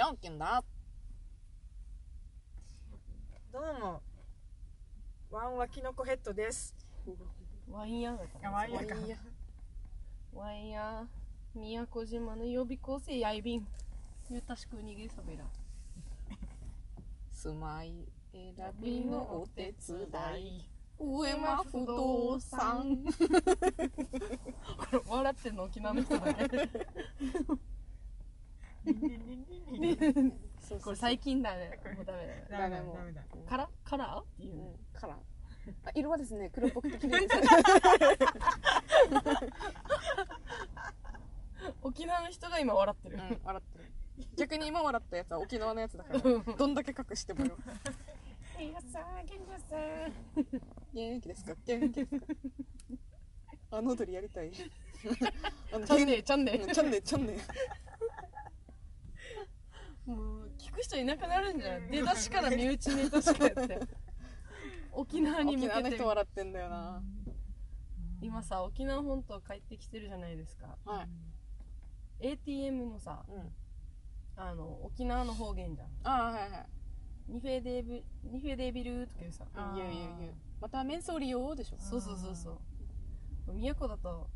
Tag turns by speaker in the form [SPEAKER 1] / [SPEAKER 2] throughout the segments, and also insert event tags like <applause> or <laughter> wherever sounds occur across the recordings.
[SPEAKER 1] ゃんけんだ
[SPEAKER 2] どうもワンはキノコヘッドです
[SPEAKER 3] ワイヤーだから
[SPEAKER 2] ワイヤ
[SPEAKER 1] ワ
[SPEAKER 2] ー
[SPEAKER 1] イ
[SPEAKER 2] か
[SPEAKER 1] ヤ
[SPEAKER 3] ワイヤー宮古島の予備校生やいびんゆたしくにげさべら
[SPEAKER 1] 住まい選びのお手伝い
[SPEAKER 3] い
[SPEAKER 1] 上間不動産
[SPEAKER 3] これ笑ってんの沖縄の人だ
[SPEAKER 1] <laughs>
[SPEAKER 3] ね
[SPEAKER 1] そうそうそ
[SPEAKER 3] これ
[SPEAKER 1] う
[SPEAKER 3] 最近だねもうダメだね
[SPEAKER 2] ダメだ
[SPEAKER 1] ダメ
[SPEAKER 2] ダメだ
[SPEAKER 3] カラカラーっていううんね
[SPEAKER 1] カラーあ色はですね黒っぽくて綺麗です
[SPEAKER 3] 沖縄の人が今笑ってる、
[SPEAKER 1] うん、笑ってる逆に今笑ったやつは沖縄のやつだからどんだけ隠してもよ元気ですか元気ですかあの踊りやりた <laughs> いあの
[SPEAKER 3] チャン
[SPEAKER 1] 芸
[SPEAKER 3] ネルチャンネル
[SPEAKER 1] 人チャンネルチャンネル
[SPEAKER 3] もう聞く人いなくなるんじゃない出だしから身内ネタしかや
[SPEAKER 1] <laughs>
[SPEAKER 3] って沖縄に向
[SPEAKER 1] 沖
[SPEAKER 3] け
[SPEAKER 1] 縄の
[SPEAKER 3] て
[SPEAKER 1] 人笑ってんだよな
[SPEAKER 3] 今さ沖縄本島帰ってきてるじゃないですか
[SPEAKER 1] はい
[SPEAKER 3] ATM のさ
[SPEAKER 1] うん
[SPEAKER 3] あの沖縄の方言じゃん
[SPEAKER 1] ああはい
[SPEAKER 3] ニフェデーブニフェデービルとか言うさ
[SPEAKER 2] あ
[SPEAKER 1] はい
[SPEAKER 2] ー
[SPEAKER 1] 言う言う言うまたメンソーリよーでしょ
[SPEAKER 3] そうそうそうそう宮古だと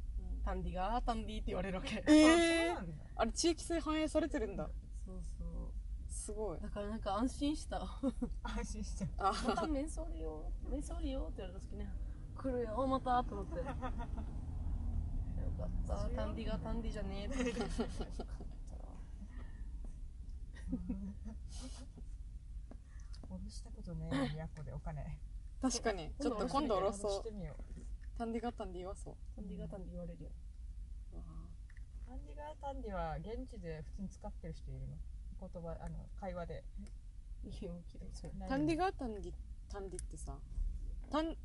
[SPEAKER 3] タンディがタンディって言われるわけ
[SPEAKER 1] え
[SPEAKER 2] え
[SPEAKER 1] えあれ地域性反映されてるんだ
[SPEAKER 3] そうそう
[SPEAKER 1] すごい
[SPEAKER 3] だからなんか安心した
[SPEAKER 2] 安心しちゃう
[SPEAKER 1] あ
[SPEAKER 3] またメンソールよメンソールよって言われた時ね来るよまたと思ってよかったタンディがタンディじゃねえってよかった
[SPEAKER 2] 下ろしたことねえ宮古でお金
[SPEAKER 1] 確かにちょっと今度おろ
[SPEAKER 2] 下ろ
[SPEAKER 1] そ
[SPEAKER 2] してみよう
[SPEAKER 1] うタンディガタンディ言わそう
[SPEAKER 3] タンディがタンディ言われるよ
[SPEAKER 1] うわ
[SPEAKER 2] タンディガータンディは現地で普通に使ってる人いるの言葉あの会話で
[SPEAKER 3] いいよ聞いたことない
[SPEAKER 1] ータンディガタンディタンディってさタン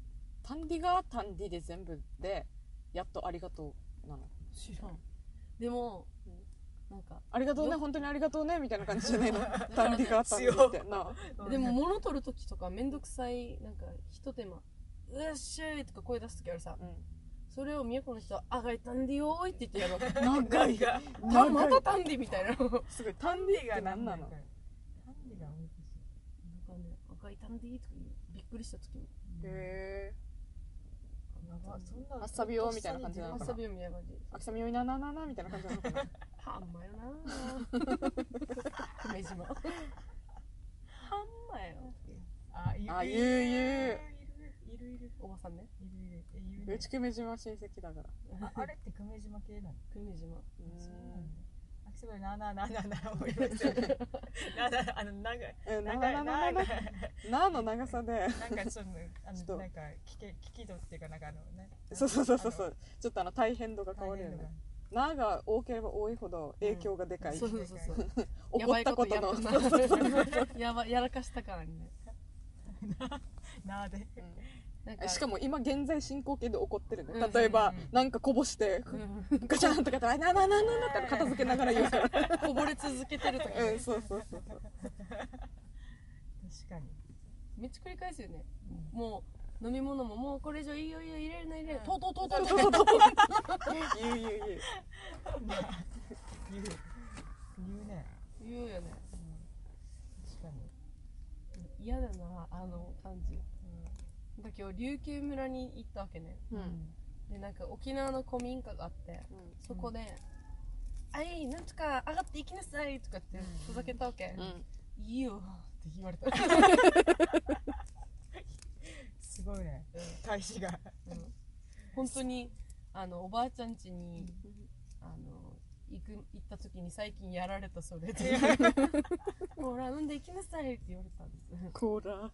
[SPEAKER 1] タンディガタンディで全部でやっとありがとうなの
[SPEAKER 3] 知らんでもなんか
[SPEAKER 1] ありがとうね
[SPEAKER 3] よ
[SPEAKER 1] 本当にありがとうねみたいな感じじゃない <laughs> のタンディガタンディってな
[SPEAKER 3] でも物取る時とかめんどくさいなんかひと手間「うっしゃい」とか声出す時あるさ
[SPEAKER 1] う
[SPEAKER 3] それを宮古の人は「あがいタンディおーい」って言ってやるわけ
[SPEAKER 1] ん長い
[SPEAKER 2] が
[SPEAKER 3] あ
[SPEAKER 1] 長
[SPEAKER 3] ま
[SPEAKER 1] い
[SPEAKER 3] たタンディみたいな
[SPEAKER 1] すごいタンディが何なの
[SPEAKER 2] タンディが難しい
[SPEAKER 3] なんかね、赤いタンディーとか言うびっくりした時も、
[SPEAKER 1] へえ
[SPEAKER 2] やばそんな
[SPEAKER 1] わさびをみたいな感じなのか
[SPEAKER 3] 遊びをみたいな感じ。
[SPEAKER 1] 秋さみよいななななみたいな感じなのか <laughs> な
[SPEAKER 3] ハンマよな。久米島。ハンマよ。
[SPEAKER 2] あい
[SPEAKER 1] あ
[SPEAKER 2] る
[SPEAKER 1] ゆうゆ
[SPEAKER 2] いるいるいるいる
[SPEAKER 3] おばさんね。
[SPEAKER 2] いるいるえいうる
[SPEAKER 1] うち久米島親戚だから
[SPEAKER 2] ああれって久米島系なの
[SPEAKER 3] 久米島。
[SPEAKER 1] う
[SPEAKER 2] そうなんだ
[SPEAKER 1] ん
[SPEAKER 2] あすごいななななな思いましたよねななあの長い
[SPEAKER 1] えな
[SPEAKER 2] 長
[SPEAKER 1] ないなないな
[SPEAKER 2] 長長い
[SPEAKER 1] なの長さで
[SPEAKER 2] なんかちょっとあ
[SPEAKER 1] ちょっと
[SPEAKER 2] のなんか聞け聞き度っていうかなんかあのね
[SPEAKER 1] <laughs> そうそうそうそうそ
[SPEAKER 2] あ
[SPEAKER 1] うちょっとあの大変度が
[SPEAKER 2] の
[SPEAKER 1] 変わるよね
[SPEAKER 2] 大
[SPEAKER 1] なが多ければ多いほど影響がでかい、
[SPEAKER 3] そうそうそうそう。
[SPEAKER 1] 怒
[SPEAKER 3] やば
[SPEAKER 1] っ
[SPEAKER 3] い
[SPEAKER 1] たこと
[SPEAKER 3] や
[SPEAKER 1] の
[SPEAKER 3] った
[SPEAKER 1] そうそうそう
[SPEAKER 3] な。 <laughs> やばやらかしたからね。
[SPEAKER 2] 変だななで
[SPEAKER 1] <laughs>
[SPEAKER 3] なん
[SPEAKER 1] う
[SPEAKER 3] か
[SPEAKER 1] んしかも今現在進行形で怒ってるね
[SPEAKER 3] うん
[SPEAKER 1] 例えば、
[SPEAKER 2] うん
[SPEAKER 1] なんかこぼして
[SPEAKER 3] うん
[SPEAKER 1] ガチャンとか <laughs> って「あななななな」って片付けながら言うから
[SPEAKER 3] <laughs> こぼれ続けてる時ね。
[SPEAKER 1] うんそうそうそうそう
[SPEAKER 2] 確かに
[SPEAKER 3] めっちゃ繰り返すよね。もう飲み物ももうこれ以上いいよいいよ入れるな入れる
[SPEAKER 2] う。ん
[SPEAKER 3] とうとうとうとうとう。
[SPEAKER 1] 言う言う言う
[SPEAKER 2] 言う言うね
[SPEAKER 3] 言う <laughs> よね。
[SPEAKER 2] 確かに
[SPEAKER 3] 嫌だなあの感じ。だ今日琉球村に行ったわけね
[SPEAKER 1] うん、
[SPEAKER 3] でなんか沖縄の古民家があって
[SPEAKER 1] うん
[SPEAKER 3] そこで「あいなんとか上がっていきなさい」とかって
[SPEAKER 2] うん
[SPEAKER 3] ふざけたわけ
[SPEAKER 1] うん
[SPEAKER 3] 「いいよ」って言われた
[SPEAKER 2] すごいね大使が
[SPEAKER 3] うん本当にあのおばあちゃん家にあの行く行った時に最近やられたそれで「ほら飲んでいきなさい」って言われたんです
[SPEAKER 1] コーラ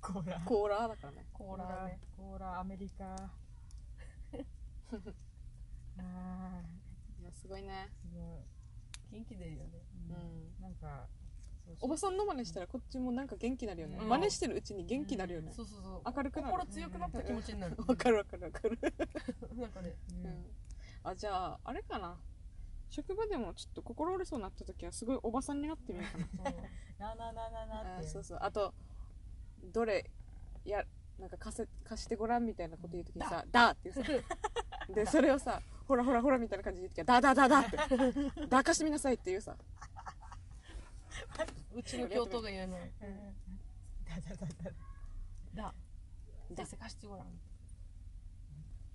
[SPEAKER 2] コーラ
[SPEAKER 1] コーラだからね
[SPEAKER 3] コーラね
[SPEAKER 2] コーラアメリ
[SPEAKER 1] <laughs>
[SPEAKER 2] カああ
[SPEAKER 1] いやすごいね
[SPEAKER 2] すごい
[SPEAKER 3] 元気出るよね
[SPEAKER 1] うん
[SPEAKER 2] なんかそう
[SPEAKER 1] おばさんの真似したらこっちもなんか元気になるよね、
[SPEAKER 3] うん
[SPEAKER 1] 真似してるうちに元気になるよね、
[SPEAKER 3] そうそうそう
[SPEAKER 1] 明るくなる
[SPEAKER 3] 心強くなった気持ちになる
[SPEAKER 1] わかるわかるわかる
[SPEAKER 3] なんかね
[SPEAKER 2] うん
[SPEAKER 1] うんあじゃああれかな職場でもちょっと心折れそうになった時はすごいおばさんになってみようかな
[SPEAKER 2] なななな <laughs> な
[SPEAKER 1] あ
[SPEAKER 2] って
[SPEAKER 1] そうそうあとどれやなんか貸せ貸してごらんみたいなこと言う時にさ「だ」って言うさでそれをさ「ほらほらほら」みたいな感じで言う時は「だだだだ」って「だ貸してみなさい」って言うさ
[SPEAKER 3] うちの教頭が言うの。
[SPEAKER 2] うんだだだだ
[SPEAKER 3] だ。
[SPEAKER 1] だ
[SPEAKER 3] だせかしてごらん。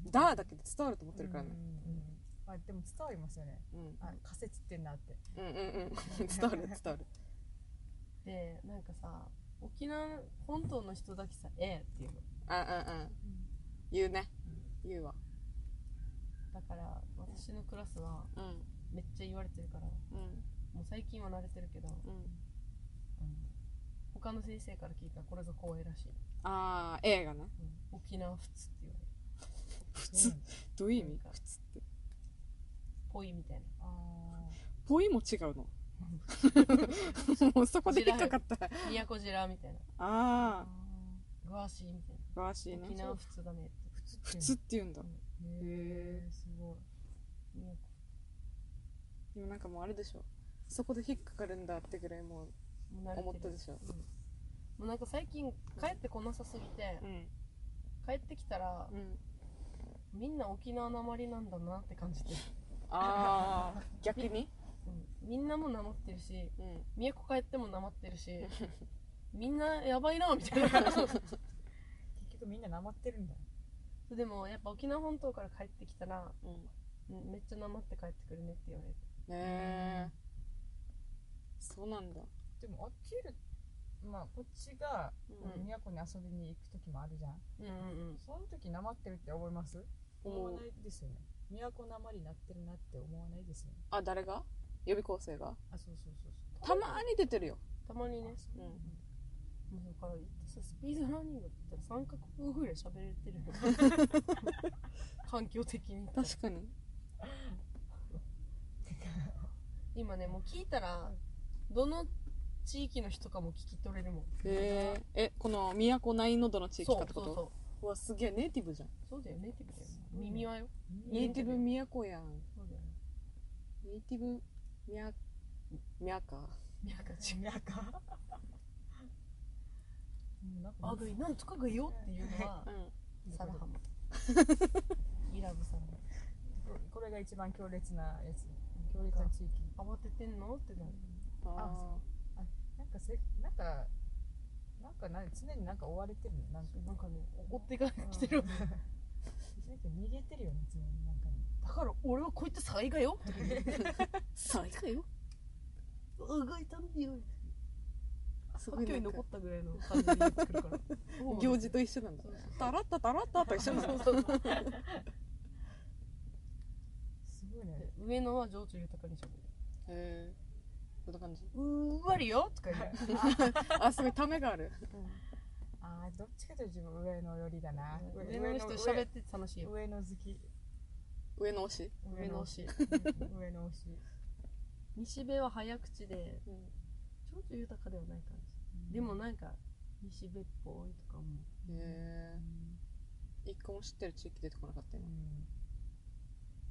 [SPEAKER 1] だだけで伝わると思ってるからね
[SPEAKER 2] うんうんうんあでも伝わりますよね
[SPEAKER 1] うん
[SPEAKER 2] あ仮説ってんなって
[SPEAKER 1] うんうんうん <laughs> 伝わる伝わる
[SPEAKER 3] で、なんかさ、沖縄本島の人だけさ、ええっていうの。
[SPEAKER 1] あうんうん言うね言うわ
[SPEAKER 3] だから、私のクラスは
[SPEAKER 1] うん
[SPEAKER 3] めっちゃ言われてるから、
[SPEAKER 1] うん
[SPEAKER 3] もう最近は慣れてるけど、
[SPEAKER 1] うん
[SPEAKER 3] 他の先生から聞いたらこれが怖いらしい。
[SPEAKER 1] ああ映画ね
[SPEAKER 3] うん沖縄普通って言われる。
[SPEAKER 1] 普通どういう意味
[SPEAKER 3] なんか
[SPEAKER 1] 普通って <laughs>
[SPEAKER 3] ぽいみたいな。
[SPEAKER 2] あ
[SPEAKER 1] ポイも違 <laughs> うのもうそこで引っかかった
[SPEAKER 3] 都寺みたいな。
[SPEAKER 2] ーあ
[SPEAKER 1] あ
[SPEAKER 3] グワシーみたいな。
[SPEAKER 1] あ詳しいね
[SPEAKER 3] 沖縄普通だねって。
[SPEAKER 2] 普
[SPEAKER 1] 普
[SPEAKER 2] 通
[SPEAKER 1] 通って言うんだ
[SPEAKER 2] へえすごい
[SPEAKER 3] 宮
[SPEAKER 1] でもなんかもうあれでしょそこで引っかかるんだってぐらいもう
[SPEAKER 3] 古もう慣れてる
[SPEAKER 1] 思ったでしょ
[SPEAKER 3] うんもうなんか最近帰ってこなさすぎて、
[SPEAKER 1] うん
[SPEAKER 3] 帰ってきたら、
[SPEAKER 1] うん
[SPEAKER 3] みんな沖縄なまりなんだなって感じてる、
[SPEAKER 1] ああ <laughs> 逆に
[SPEAKER 3] うんみんなもなまってるし
[SPEAKER 1] うん
[SPEAKER 3] 宮古帰ってもなまってるし
[SPEAKER 1] <laughs>
[SPEAKER 3] みんなやばいなみたいな <laughs>
[SPEAKER 2] 結局みんななまってるんだ
[SPEAKER 3] でもやっぱ沖縄本島から帰ってきたら
[SPEAKER 1] うん
[SPEAKER 3] うんめっちゃなまって帰ってくるねって言われる
[SPEAKER 1] ねえそうなんだ
[SPEAKER 2] でもあっちいるまあこっちが
[SPEAKER 1] うん
[SPEAKER 2] 宮古に遊びに行く時もあるじゃん
[SPEAKER 3] うんうんうん
[SPEAKER 2] その時なまってるって思います思わ
[SPEAKER 1] 思う
[SPEAKER 2] ないですよね宮古なまりになってるなって思わないですよね
[SPEAKER 1] あ誰が予備校生が
[SPEAKER 2] あそうそうそうそう
[SPEAKER 1] たまに出てるよ
[SPEAKER 3] たまにね
[SPEAKER 2] あそう
[SPEAKER 1] う
[SPEAKER 2] なん
[SPEAKER 1] ん
[SPEAKER 2] だ
[SPEAKER 3] もうだから言ってさスピードランニングって言ったら3カ国語ぐらい喋れてるよ <laughs> 環境的に
[SPEAKER 1] 確かに
[SPEAKER 3] 今ねもう聞いたらどの地域の人かも聞き取れるもん
[SPEAKER 1] へええこの都内のどの地域
[SPEAKER 3] そ
[SPEAKER 1] か
[SPEAKER 3] う
[SPEAKER 1] って
[SPEAKER 3] そ
[SPEAKER 1] こ
[SPEAKER 3] う
[SPEAKER 1] と
[SPEAKER 3] そう
[SPEAKER 1] わすげえネイティブじゃん
[SPEAKER 3] うそうだよネイティブだよ
[SPEAKER 2] すごいね
[SPEAKER 3] 耳はよ
[SPEAKER 1] ネ
[SPEAKER 2] ネ
[SPEAKER 1] イ
[SPEAKER 2] イ
[SPEAKER 1] テ
[SPEAKER 2] テ
[SPEAKER 1] ィ
[SPEAKER 2] ィ
[SPEAKER 1] ブ
[SPEAKER 2] ブ
[SPEAKER 1] 都やん
[SPEAKER 3] そうだよね
[SPEAKER 1] ネイティブ宮宮か
[SPEAKER 3] 宮古地
[SPEAKER 2] 宮古うんなんか
[SPEAKER 3] あがいなんとかがよっていうのは
[SPEAKER 1] うん
[SPEAKER 3] サ <laughs> ラハマイラブサラ
[SPEAKER 2] これが一番強烈なやつ強烈な地域
[SPEAKER 3] ハマ慌ててんのってなる
[SPEAKER 1] あ
[SPEAKER 2] なんかせなんかなんかな常になんか追われてるのなんか
[SPEAKER 3] なんかね怒ってか来てる
[SPEAKER 2] うんなんか逃げてるよね常になんかね
[SPEAKER 3] <laughs> だから俺はこういった災害よとか言う
[SPEAKER 1] あ最高よ
[SPEAKER 3] うがいたんだよ
[SPEAKER 1] す
[SPEAKER 3] さ
[SPEAKER 1] ご
[SPEAKER 3] っ
[SPEAKER 1] い
[SPEAKER 3] きよ
[SPEAKER 1] な
[SPEAKER 3] り
[SPEAKER 1] ん
[SPEAKER 3] 残
[SPEAKER 1] か
[SPEAKER 3] ったぐらいの感じで言ってくる <laughs> から
[SPEAKER 1] 行事と一緒なんだ
[SPEAKER 3] そうそう
[SPEAKER 1] タラッタタラッタと一緒なんだ
[SPEAKER 3] そうそうそう
[SPEAKER 2] すごいね
[SPEAKER 3] で上野は情緒豊かにしゃべる
[SPEAKER 1] へえそんな感じ
[SPEAKER 3] うーわりよとか言う
[SPEAKER 1] あすごいためがある
[SPEAKER 2] ああどっちかというと自分上の寄りだな
[SPEAKER 3] 上野の人と喋ってて楽しい
[SPEAKER 2] 上
[SPEAKER 3] よ
[SPEAKER 2] 上の好き
[SPEAKER 1] 上の推し
[SPEAKER 3] 上野推し
[SPEAKER 2] うん <laughs> 上の推し
[SPEAKER 3] 西部は早口で
[SPEAKER 1] うん
[SPEAKER 3] ちょっと豊かではない感じでもなんか西部っぽいとかも
[SPEAKER 1] へえ
[SPEAKER 2] うん
[SPEAKER 1] 一個も知ってる地域出てこなかった
[SPEAKER 2] う
[SPEAKER 1] 今
[SPEAKER 2] ん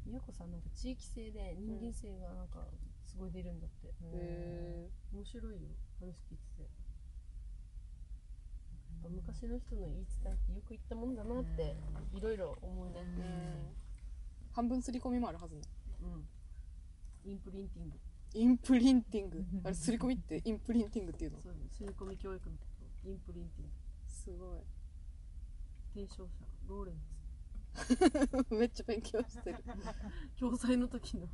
[SPEAKER 3] 美和子さんなんか地域性で人間性がなんかすごい出るんだって
[SPEAKER 1] へえ
[SPEAKER 3] 面白いよ話聞いててやっぱ昔の人の言い伝えってよく言ったもんだなっていろいろ思うね
[SPEAKER 1] う
[SPEAKER 2] うん
[SPEAKER 1] ん半分刷り込みもあるはずね
[SPEAKER 3] うんインプリンティング
[SPEAKER 1] インプリンティングあれ刷り込みってインプリンティングっていうの
[SPEAKER 3] そうです刷り込み教育のことインプリンティング
[SPEAKER 1] すごい
[SPEAKER 3] 提唱者ローレンス
[SPEAKER 1] めっちゃ勉強してる。
[SPEAKER 3] 教材の時の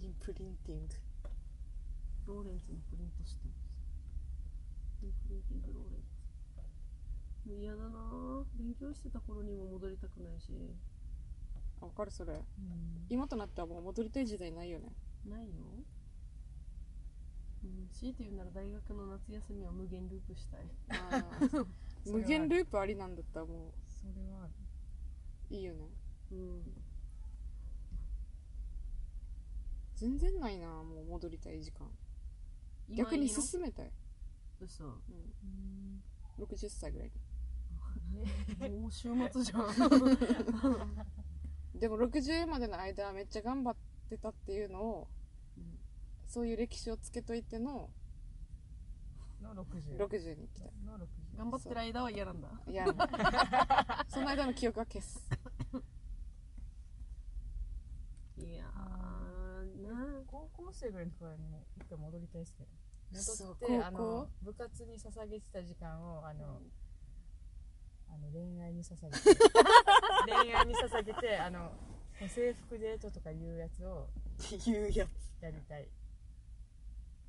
[SPEAKER 1] インプリンティング。
[SPEAKER 3] ローレンスのプリントしてますインプリンティングローレンスもう嫌だなぁ勉強してた頃にも戻りたくないし
[SPEAKER 1] あわかるそれ。
[SPEAKER 2] うん
[SPEAKER 1] 今となってはもう戻りたい時代ないよね。
[SPEAKER 3] ないようん、強いて言うなら大学の夏休みは無限ループしたい
[SPEAKER 1] <laughs> 無限ループありなんだったらも
[SPEAKER 2] それはある
[SPEAKER 1] ういいよね。
[SPEAKER 3] うん
[SPEAKER 1] 全然ないな、もう戻りたい時間。
[SPEAKER 3] 今
[SPEAKER 1] 逆に
[SPEAKER 3] いいの
[SPEAKER 1] 進めたい。
[SPEAKER 3] 嘘
[SPEAKER 2] うん
[SPEAKER 1] うん、60歳ぐらい
[SPEAKER 3] もう週末 <laughs> じゃん
[SPEAKER 1] に。でも60までの間はめっちゃ頑張ってたっていうのを、
[SPEAKER 3] うん
[SPEAKER 1] そういう歴史をつけといての
[SPEAKER 2] の60
[SPEAKER 1] 60に行きたい。
[SPEAKER 2] の60
[SPEAKER 3] 頑張ってる間は嫌なんだ
[SPEAKER 1] いや、
[SPEAKER 2] <laughs>
[SPEAKER 1] その間の記憶は消す。
[SPEAKER 3] いやーな
[SPEAKER 2] 高校生ぐらいの頃にも一回戻りたいっすけど戻っ
[SPEAKER 1] そう
[SPEAKER 2] てあ
[SPEAKER 1] 高校
[SPEAKER 2] の部活に捧げてた時間をあの、あの恋愛に捧げて
[SPEAKER 1] <laughs>
[SPEAKER 2] 恋愛に捧げてあの制服デートとかいうやつを
[SPEAKER 1] っていうや
[SPEAKER 2] やりたい
[SPEAKER 1] つ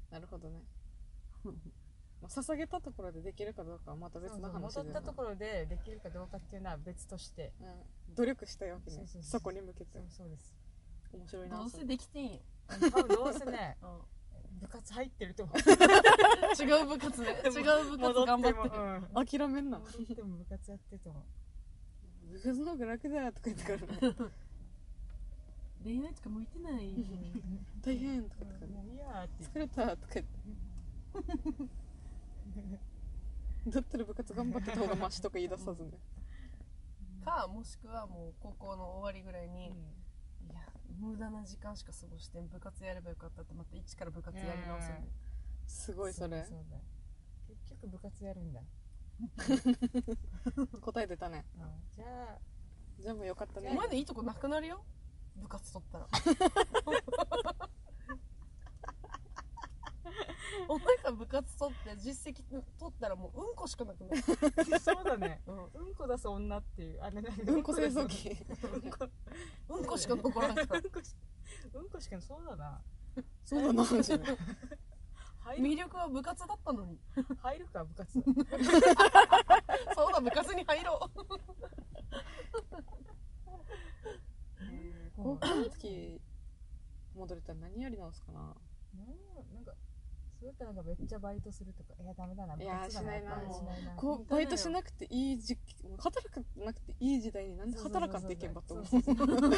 [SPEAKER 1] なるほどねまあ捧げたところでできるかどうかはまた別の話
[SPEAKER 2] 戻
[SPEAKER 1] だよ
[SPEAKER 2] った
[SPEAKER 1] な
[SPEAKER 2] ところでできるかどうかっていうのは別として
[SPEAKER 1] うん、努力したいわけ
[SPEAKER 2] そ
[SPEAKER 1] ね
[SPEAKER 2] うそうそう
[SPEAKER 1] そこに向けて
[SPEAKER 2] そうそうです
[SPEAKER 1] 面白いな
[SPEAKER 3] どう
[SPEAKER 1] そ
[SPEAKER 3] せ
[SPEAKER 1] れ
[SPEAKER 3] できてんよ、
[SPEAKER 2] あの多分どうせね部活入ってると思う
[SPEAKER 3] 違う部活 <laughs> で違う部活
[SPEAKER 2] 戻
[SPEAKER 3] 頑張
[SPEAKER 2] っ
[SPEAKER 3] ってて
[SPEAKER 2] も、うん
[SPEAKER 1] 諦めんな
[SPEAKER 2] 戻っても部活やってると思う
[SPEAKER 1] 部活の方が楽だとか言ってからね
[SPEAKER 3] 恋愛とか向いてない
[SPEAKER 1] 大変とか言ってからね
[SPEAKER 2] もういいやーって
[SPEAKER 1] 疲れたとか言ってだったら部活頑張ってた方がマシとか言い出さずね
[SPEAKER 3] かもしくはもう高校の終わりぐらい
[SPEAKER 2] 言
[SPEAKER 3] に、
[SPEAKER 2] って
[SPEAKER 3] いや無駄な時間しか過ごしてん部活やればよかったってまた一から部活やり直せる、
[SPEAKER 1] すごいそれ
[SPEAKER 2] うだうだ結局部活やるんだ、
[SPEAKER 1] 答え出たね
[SPEAKER 2] じゃあ
[SPEAKER 1] じゃあもうよかった
[SPEAKER 3] お
[SPEAKER 1] ね
[SPEAKER 3] 前のいいとこなくなるよ部活取ったらお前が部活取って実績取ったらもううんこしかなくなる、
[SPEAKER 2] そうだね
[SPEAKER 3] うん
[SPEAKER 2] うんこ出す女っていうあれなん
[SPEAKER 1] うんこ清掃機
[SPEAKER 2] うんこ
[SPEAKER 3] うんこしか残らんから
[SPEAKER 2] うんこしうんこしかそうだな
[SPEAKER 1] そうだなじゃあ
[SPEAKER 2] 入る
[SPEAKER 3] 魅力は部活だったのに
[SPEAKER 2] 入るか部活
[SPEAKER 3] そうだ部活に入ろう
[SPEAKER 1] 高校の時戻れたら何やり直すかな
[SPEAKER 2] うんなんかそれかなんかめっちゃバイトするとかいやダメだな部活だ
[SPEAKER 1] いやしないな
[SPEAKER 2] やっぱしないな
[SPEAKER 1] こ
[SPEAKER 3] 本
[SPEAKER 1] う
[SPEAKER 3] 当だ
[SPEAKER 1] バ
[SPEAKER 3] よ
[SPEAKER 1] イトしなくていい時期働かなくていい時代になんで働かんといけんばって思
[SPEAKER 2] そうそうそうそう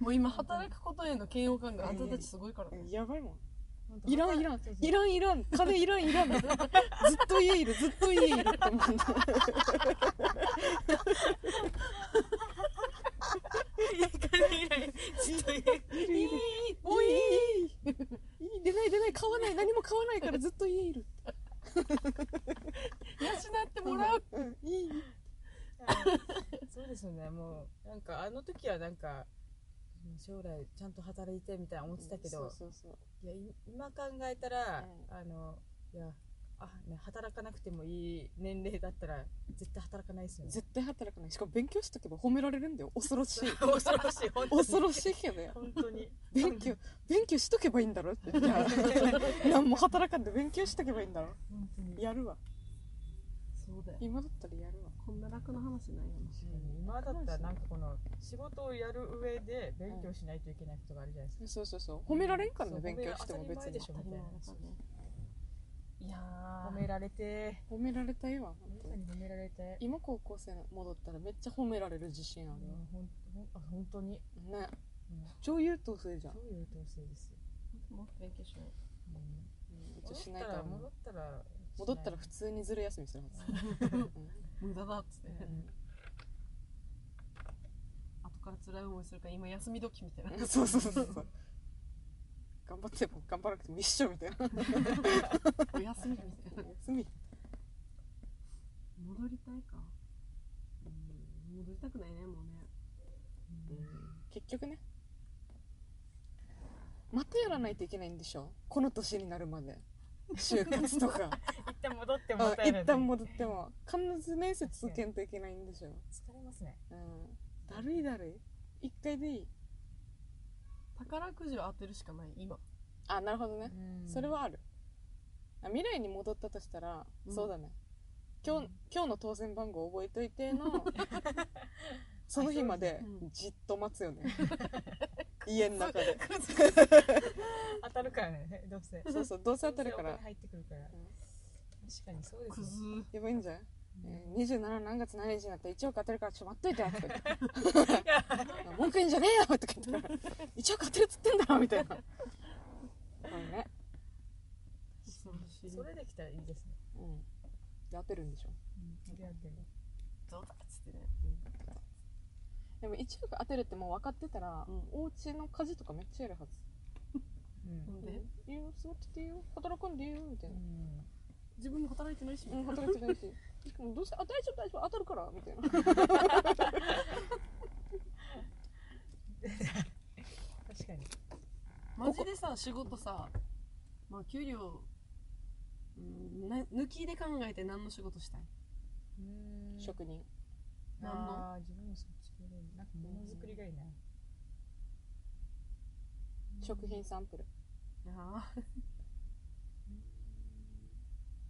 [SPEAKER 3] もう今働くことへの嫌悪感があんたたちすごいからね
[SPEAKER 1] うやばいもん
[SPEAKER 2] 本当
[SPEAKER 1] いらんいらん
[SPEAKER 2] そうそう
[SPEAKER 1] いらんいらん金いらんいらんずっと家いるずっと家いるって思うんだいるいる
[SPEAKER 3] もういい
[SPEAKER 1] いいいい出ない出ない買わない何も買わないからずっと家いる
[SPEAKER 3] 養ってもらう
[SPEAKER 1] うんいい
[SPEAKER 2] <laughs> そうですよねもうなんかあの時はなんかうん将来ちゃんと働いてみたいな思ってたけど、
[SPEAKER 1] そうそうそう
[SPEAKER 2] いやい今考えたら、
[SPEAKER 1] う
[SPEAKER 2] あのいやあ、ね、働かなくてもいい年齢だったら絶対働かないですよね
[SPEAKER 1] 絶対働かないしかも勉強しとけば褒められるんだよ恐ろしい
[SPEAKER 2] 恐ろしい本当に
[SPEAKER 1] 恐ろしいけどよ
[SPEAKER 2] 本当に
[SPEAKER 1] 勉強勉強しとけばいいんだろってじゃあ何も働かんで勉強しとけばいいんだろ
[SPEAKER 2] 本当に
[SPEAKER 1] やるわ
[SPEAKER 3] そうだよ
[SPEAKER 1] 今だったらやるわ
[SPEAKER 3] こんな楽な話ないよ
[SPEAKER 2] 今だったらなんかこの仕事をやる上で勉強しないといけないことがあるじゃないですか、
[SPEAKER 1] そうそうそう褒められんから
[SPEAKER 2] そ
[SPEAKER 1] ね
[SPEAKER 2] う
[SPEAKER 1] 勉強しても
[SPEAKER 2] 褒めら
[SPEAKER 1] 別
[SPEAKER 2] れ
[SPEAKER 1] に
[SPEAKER 2] 当たり前だからね
[SPEAKER 3] いや
[SPEAKER 2] 褒
[SPEAKER 3] ー
[SPEAKER 2] められて
[SPEAKER 1] 褒められたいわ本当
[SPEAKER 2] 本当
[SPEAKER 1] に
[SPEAKER 2] に褒められて
[SPEAKER 1] 今高校生戻ったらめっちゃ褒められる自信あ
[SPEAKER 2] あ
[SPEAKER 1] る
[SPEAKER 2] のほんほんあ本当に、
[SPEAKER 1] わね
[SPEAKER 2] うん、
[SPEAKER 1] 超優等生じゃん
[SPEAKER 2] そういう統制ですよ、
[SPEAKER 3] もっと勉強しないう
[SPEAKER 1] うん
[SPEAKER 2] ん、
[SPEAKER 1] うちし
[SPEAKER 2] 戻っ
[SPEAKER 1] ない
[SPEAKER 2] た
[SPEAKER 1] から
[SPEAKER 2] ら
[SPEAKER 1] ね
[SPEAKER 2] 戻ったら
[SPEAKER 1] 戻ったら普通にずる休みするはず、う
[SPEAKER 3] 無駄だっつって
[SPEAKER 1] ん
[SPEAKER 3] 後から辛い思いするから今休み時みたいな
[SPEAKER 1] うんそうそうそうそう頑張っても頑張らなくても一緒みたいな
[SPEAKER 3] <laughs> お休みみたいな
[SPEAKER 1] 休み
[SPEAKER 3] 戻りたいかうん戻りたくないねもうね
[SPEAKER 1] 結局ねまたやらないといけないんでしょこの年になるまで就活と <laughs> か
[SPEAKER 2] 一旦戻っても
[SPEAKER 1] あ
[SPEAKER 2] ったいない
[SPEAKER 1] 一旦戻っても必ず面接受けんといけないんでしょ、
[SPEAKER 2] 疲れますね
[SPEAKER 1] うん、だるいだるい一回でいい
[SPEAKER 3] 宝くじを当てるしかない今
[SPEAKER 1] あなるほどね、それはあるあ未来に戻ったとしたら、
[SPEAKER 3] うん
[SPEAKER 1] そうだね今日,、今日の当選番号覚えといてのその日まで
[SPEAKER 3] うん
[SPEAKER 1] じっと待つよね家の中で
[SPEAKER 2] 当たるからねどうせ
[SPEAKER 1] そうそうどうせ当たるか
[SPEAKER 2] どう
[SPEAKER 1] ら
[SPEAKER 2] せお金入ってくるから
[SPEAKER 1] ん
[SPEAKER 2] 確かにそうです
[SPEAKER 3] ク
[SPEAKER 2] ね
[SPEAKER 3] ズ
[SPEAKER 1] やばいんじゃない、 <laughs> えー、27何月何日になったら1億当たるからちょっと待っといてとか言って文句言うんじゃねえよとか言って1億当てるっつってんだろみたいなそうね、
[SPEAKER 3] 恐ろしい
[SPEAKER 2] それできたらいいですね
[SPEAKER 1] うん、で当てるんでしょ
[SPEAKER 2] 出会っても
[SPEAKER 3] どうだっつってね
[SPEAKER 1] でも1億当てるってもう分かってたら、
[SPEAKER 3] うん
[SPEAKER 1] お家の家事とかめっちゃやるはず
[SPEAKER 2] うん
[SPEAKER 3] で
[SPEAKER 1] いいよ座ってていいよ働かんでいいよみたいな、
[SPEAKER 3] 自分も働いてないし
[SPEAKER 1] うん、働いてないししかもどうせあ大丈夫大丈夫当たるからみたいな
[SPEAKER 2] 確かに
[SPEAKER 3] マジでさ仕事さまあ給料うんな抜きで考えて何の仕事したい
[SPEAKER 1] 職人
[SPEAKER 3] 何の
[SPEAKER 2] あー自分もそっち系がいいなんかものづくりがいいな
[SPEAKER 1] 食品サンプル
[SPEAKER 3] ああ <laughs>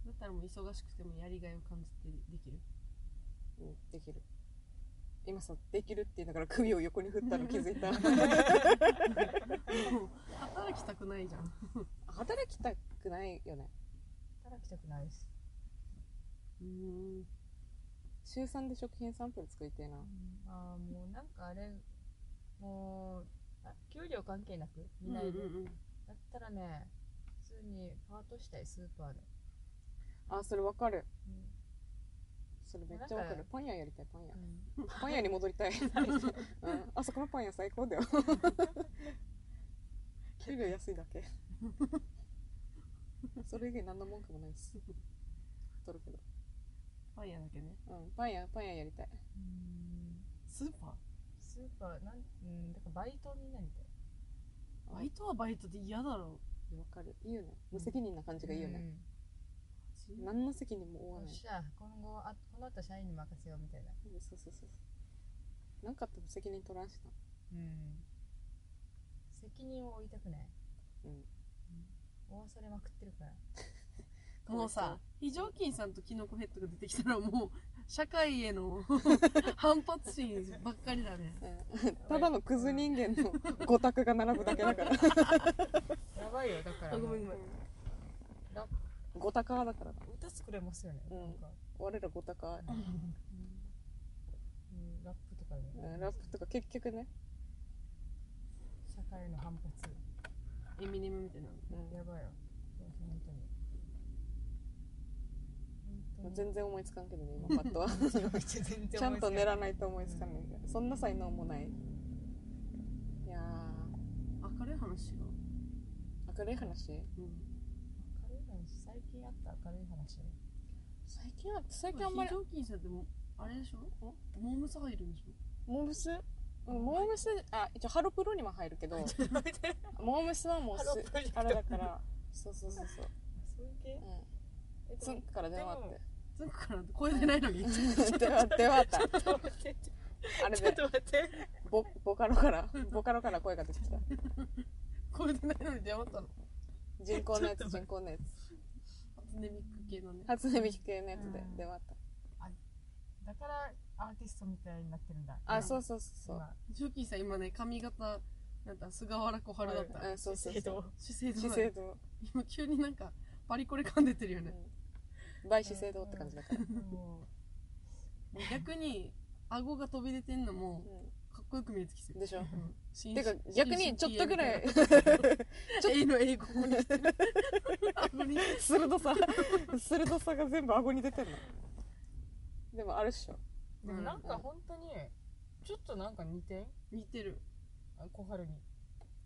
[SPEAKER 3] だったらもう忙しくてもやりがいを感じてできる <laughs>
[SPEAKER 1] うんできる今さできるって言いながら首を横に振ったの気づい <laughs> た
[SPEAKER 3] もう働きたくないじゃん
[SPEAKER 1] 働きたくないよね
[SPEAKER 2] 働きたくないです
[SPEAKER 3] うん
[SPEAKER 1] 週3で食品サンプル作りたいな
[SPEAKER 2] ああもうなんかあれもうあ給料関係なく見ないで、だったらね普通にパートしたいスーパーで、
[SPEAKER 1] あそれわかる
[SPEAKER 2] うん
[SPEAKER 1] それめっちゃわか
[SPEAKER 2] なん
[SPEAKER 1] る
[SPEAKER 2] か
[SPEAKER 1] パン屋やりたいパン屋
[SPEAKER 2] う
[SPEAKER 1] パン屋に戻りた <laughs> い、うん、あそこのパン屋最高 <laughs> だよ給料安いだ <laughs> けそれ以外何の文句もないです取るけど、
[SPEAKER 3] パン屋だけね
[SPEAKER 1] うん、パン屋パン屋やりたい
[SPEAKER 2] ん、
[SPEAKER 3] スーパ
[SPEAKER 2] スーパーなん、うん、だからバイトになりたい
[SPEAKER 3] ーバイトはバイトで嫌だろ
[SPEAKER 1] わかるいいよね無責任な感じがいいよね、何の責任も負
[SPEAKER 2] う
[SPEAKER 1] わ
[SPEAKER 2] ん、よ
[SPEAKER 1] ない
[SPEAKER 2] っしゃ今後あこの後社員に任せようみたいな
[SPEAKER 1] そうそうそうそうなんかあっても責任取らんしな
[SPEAKER 2] うん責任を負いたくない、
[SPEAKER 1] うん
[SPEAKER 2] 負わされまくってる <laughs> から
[SPEAKER 3] もうさ非常勤さんとキノコヘッドが出てきたら <laughs> もう社会への <laughs> 反発心ばっかりだね
[SPEAKER 1] うんただのクズ人間 <laughs> の五択が並ぶだけだから
[SPEAKER 2] やばいよだか
[SPEAKER 3] あ
[SPEAKER 2] ら
[SPEAKER 3] ごめんごめん
[SPEAKER 1] 五択派だからな
[SPEAKER 2] 歌作れますよね、
[SPEAKER 1] うん
[SPEAKER 2] なんか、
[SPEAKER 1] 我ら五択派
[SPEAKER 2] うん、ラップとかね、
[SPEAKER 1] うんラップとか結局ね、
[SPEAKER 2] 社会の反発
[SPEAKER 3] エミネムみたいな
[SPEAKER 1] うん
[SPEAKER 2] やばいよ本当に
[SPEAKER 1] もう
[SPEAKER 2] 本当に
[SPEAKER 1] 全然思いつかんけど
[SPEAKER 2] <laughs>
[SPEAKER 1] ね今パッとは
[SPEAKER 2] 全然
[SPEAKER 1] ちゃんと
[SPEAKER 2] 思いつか
[SPEAKER 1] 練
[SPEAKER 2] ない
[SPEAKER 1] らないと思いつかないんでそんな才能もないいや
[SPEAKER 3] 明るい話が、
[SPEAKER 1] ー明るい話
[SPEAKER 3] うん、
[SPEAKER 2] 明るい話最近あった明るい話
[SPEAKER 1] 最近は最
[SPEAKER 3] 非
[SPEAKER 1] 近あんまり
[SPEAKER 3] 常勤さんってもあれでしょモームス入るんでしょ
[SPEAKER 1] モームスうんモームスあ一応ハロプロにも入るけ
[SPEAKER 2] <laughs>
[SPEAKER 1] どモームスはもうす
[SPEAKER 2] ハロプロじゃ
[SPEAKER 1] あれだからそうそうそうそう
[SPEAKER 2] そういう系
[SPEAKER 1] う
[SPEAKER 2] え
[SPEAKER 1] んツンクから電話あっ
[SPEAKER 3] つくから声出ないのに
[SPEAKER 1] <laughs> て電話電話
[SPEAKER 2] <laughs>
[SPEAKER 1] あった
[SPEAKER 2] ちょっと待って
[SPEAKER 1] あれ
[SPEAKER 2] ちょっ
[SPEAKER 1] で
[SPEAKER 2] と待って
[SPEAKER 1] ボボカロからボカロから声が出てき
[SPEAKER 2] <laughs>
[SPEAKER 1] た
[SPEAKER 3] 声出ないのに電話あったの
[SPEAKER 1] 人工のやつ
[SPEAKER 2] ちょっと待って
[SPEAKER 1] 人工のやつ
[SPEAKER 3] 初音ミック系のね
[SPEAKER 1] 初音ミク系のやつで
[SPEAKER 2] うん
[SPEAKER 1] 電話あった
[SPEAKER 2] だからアーティストみたいになってるんだ
[SPEAKER 1] あそうそうそう
[SPEAKER 2] 今
[SPEAKER 3] ジョッキーさん今ね髪型なんだ菅原小春だった、
[SPEAKER 1] そううんそうそう
[SPEAKER 2] 資生
[SPEAKER 1] そう
[SPEAKER 2] 堂
[SPEAKER 3] 姿勢
[SPEAKER 1] 資
[SPEAKER 3] 姿
[SPEAKER 1] 生
[SPEAKER 3] 勢
[SPEAKER 1] 堂
[SPEAKER 3] 今急になんかバリコレ噛んでってるよね、
[SPEAKER 1] うん倍資生堂って感じだから
[SPEAKER 2] も
[SPEAKER 3] 逆に顎が飛び出てんのもかっこよく見えてきてる
[SPEAKER 1] でしょ
[SPEAKER 3] うん新
[SPEAKER 1] てか逆にちょっとぐらい
[SPEAKER 3] ちょっとの英語 <laughs> ここに来てる顎に
[SPEAKER 1] 鋭さ鋭さが全部顎に出てるのでもあるっしょ
[SPEAKER 2] うでもなんか本当にちょっとなんか似てん
[SPEAKER 3] 似てる
[SPEAKER 2] あ小春に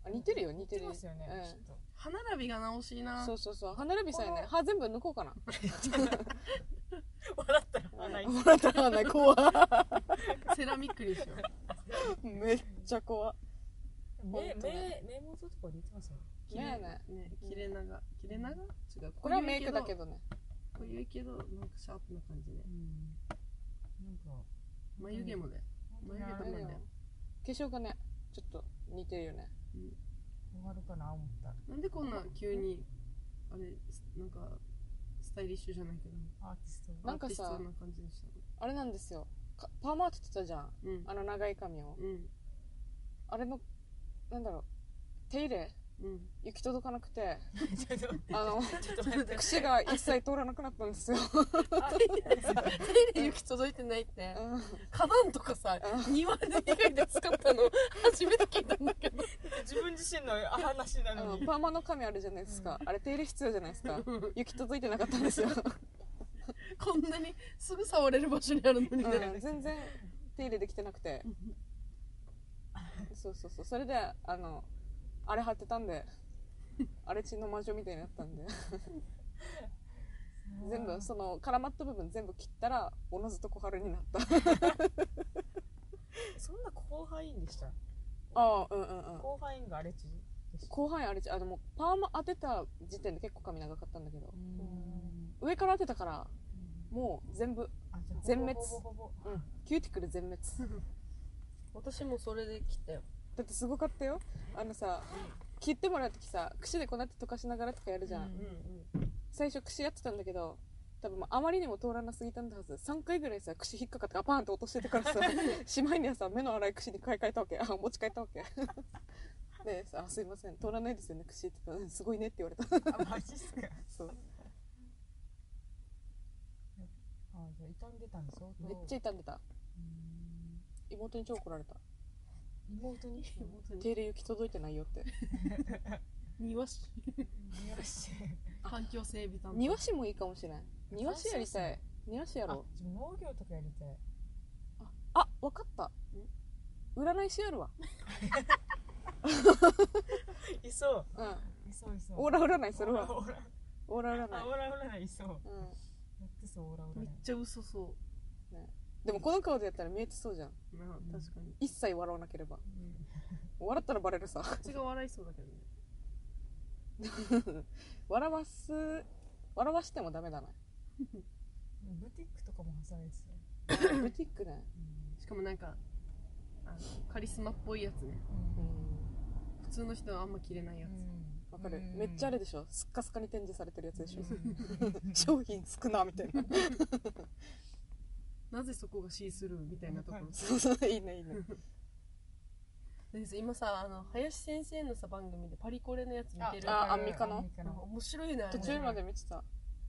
[SPEAKER 1] あ似てるよ似てる
[SPEAKER 2] 似ますよね、
[SPEAKER 1] うん
[SPEAKER 2] ちょっと
[SPEAKER 3] 歯並びが直しいな
[SPEAKER 1] そうそうそう歯並びさえね歯全部抜こうかな
[SPEAKER 2] 笑ったら笑い
[SPEAKER 1] 笑ったらない怖
[SPEAKER 3] セラミックにしよう
[SPEAKER 1] めっちゃ怖
[SPEAKER 2] 目
[SPEAKER 1] 本当
[SPEAKER 2] 目
[SPEAKER 1] ね
[SPEAKER 2] 目元とか似てますよ
[SPEAKER 1] <laughs>
[SPEAKER 2] ね
[SPEAKER 1] ねえね
[SPEAKER 3] ね切れ長切れ長違う
[SPEAKER 1] これはメイクだけ
[SPEAKER 3] ど
[SPEAKER 1] どね
[SPEAKER 3] 濃いけどなんかシャープな感じで
[SPEAKER 2] なんか
[SPEAKER 3] 眉毛もね眉毛
[SPEAKER 2] 本当
[SPEAKER 3] とか
[SPEAKER 2] にあ
[SPEAKER 3] ね
[SPEAKER 2] れよ
[SPEAKER 1] 化粧がねちょっと似てるよね
[SPEAKER 2] 終わるかな思った
[SPEAKER 3] なんでこんな急にあれなんかスタイリッシュじゃないけど
[SPEAKER 2] アーティスト
[SPEAKER 1] な
[SPEAKER 2] が
[SPEAKER 1] んかさ
[SPEAKER 3] アーティストな感じでし
[SPEAKER 1] あれなんですよかパーマ当ててたじゃん
[SPEAKER 3] たうん
[SPEAKER 1] あの長い髪を
[SPEAKER 3] うん
[SPEAKER 1] あれのなんだろう手入れ
[SPEAKER 3] うん
[SPEAKER 1] 行き届かなくて
[SPEAKER 2] ちょっと
[SPEAKER 1] あの <laughs>
[SPEAKER 2] ちょっと待って
[SPEAKER 1] 櫛が一切通らなくなったんです <laughs> よ、
[SPEAKER 3] 手入れ行き届いてないって
[SPEAKER 1] うん
[SPEAKER 3] 花壇とかさ庭以外で使ったの初めて聞いたんだけど
[SPEAKER 2] 自分自身の話な
[SPEAKER 1] あ
[SPEAKER 2] の
[SPEAKER 1] の
[SPEAKER 2] に
[SPEAKER 1] パーマの髪あるじゃないですか、あれ手入れ必要じゃないですか行き届いてなかったんです <laughs> よ、
[SPEAKER 3] こんなにすぐ触れる場所にあるのにね
[SPEAKER 1] うん、全然手入れできてなくてそうそうそうそれであのあれ貼ってたんで荒れ地の魔女みたいになったんで全部その絡まった部分全部切ったらおのずと小春になった
[SPEAKER 2] そんな広範囲でした
[SPEAKER 1] ああうんうんうん
[SPEAKER 2] 広範囲が荒れ地でした
[SPEAKER 1] 後半荒れ地あでもパーマ当てた時点で結構髪長かったんだけど
[SPEAKER 2] うん
[SPEAKER 1] 上から当てたからもう全部
[SPEAKER 2] あじゃあ
[SPEAKER 1] 全滅
[SPEAKER 2] ほぼほぼほぼほぼ
[SPEAKER 1] キューティクル全滅
[SPEAKER 3] 私もそれで来たよ
[SPEAKER 1] だってすごかったよあのさ切ってもらう時さ櫛でこうなって溶かしながらとかやるじゃん、
[SPEAKER 3] うん
[SPEAKER 1] 最初櫛やってたんだけど多分もうあまりにも通らなすぎたんだはず3回ぐらいさ櫛引っかかってガパーンと落としてたから <laughs> さしまいにはさ目の粗い櫛に買い替えたわけあ持ち替えたわけ <laughs> でさあ「すいません通らないですよね櫛」って言ったらうん「すごいね」って言われた <laughs>
[SPEAKER 2] あマジっすか
[SPEAKER 1] そう
[SPEAKER 2] あじゃあ傷んでたん相当
[SPEAKER 1] めっちゃ傷んでた
[SPEAKER 2] うん
[SPEAKER 1] 妹に超怒られた
[SPEAKER 2] 妹に
[SPEAKER 3] うん本
[SPEAKER 1] 「
[SPEAKER 3] 当に
[SPEAKER 1] 手入れ行き届いてないよ」って
[SPEAKER 3] 庭師
[SPEAKER 2] 庭師
[SPEAKER 3] 環境整備担当
[SPEAKER 1] 庭師もいいかもしれん庭師やりたい庭師や
[SPEAKER 2] あ
[SPEAKER 1] ろう
[SPEAKER 2] 自分農業とかやりたい
[SPEAKER 1] あわかった占い師やるわ
[SPEAKER 2] いそう
[SPEAKER 1] うん
[SPEAKER 2] いそういそう
[SPEAKER 1] オーラ占いする
[SPEAKER 2] オーラ
[SPEAKER 1] わ
[SPEAKER 2] オーラ
[SPEAKER 1] オーラ
[SPEAKER 2] あ
[SPEAKER 1] 占
[SPEAKER 2] オ
[SPEAKER 1] い
[SPEAKER 2] ーラ占いいそう
[SPEAKER 1] うん
[SPEAKER 2] やってそうオーラ占
[SPEAKER 3] め
[SPEAKER 2] い
[SPEAKER 3] っちゃ嘘そ
[SPEAKER 1] でもこの顔でやったら見えてそうじゃん
[SPEAKER 3] うな
[SPEAKER 2] うん
[SPEAKER 3] 確かに
[SPEAKER 1] 一切笑わなければ
[SPEAKER 3] うん
[SPEAKER 1] 笑ったらバレるさ <laughs>
[SPEAKER 3] こっちが笑いそうだけどね
[SPEAKER 1] 笑わす笑わしてもダメだな
[SPEAKER 2] ブティックとかも挟めですよ
[SPEAKER 1] ブティックね
[SPEAKER 3] しかもなんかあのカリスマっぽいやつね
[SPEAKER 1] う
[SPEAKER 2] うん
[SPEAKER 1] ん
[SPEAKER 3] 普通の人はあんま着れないやつ、
[SPEAKER 1] わかるめっちゃあれ
[SPEAKER 2] で
[SPEAKER 1] でしょすっかすかに展示されてるやつでしょ
[SPEAKER 2] ょ
[SPEAKER 1] 商品少なみたいな
[SPEAKER 3] なぜそこがシースルーみたいなところ、
[SPEAKER 2] うん
[SPEAKER 1] そうそういいねいいね
[SPEAKER 3] でさ今さあの林先生のさ番組でパリコレのやつ見
[SPEAKER 1] <laughs>
[SPEAKER 3] てる
[SPEAKER 1] あアンミカの
[SPEAKER 3] なんか面白いねあ
[SPEAKER 1] 途
[SPEAKER 3] れね
[SPEAKER 1] 中まで見てた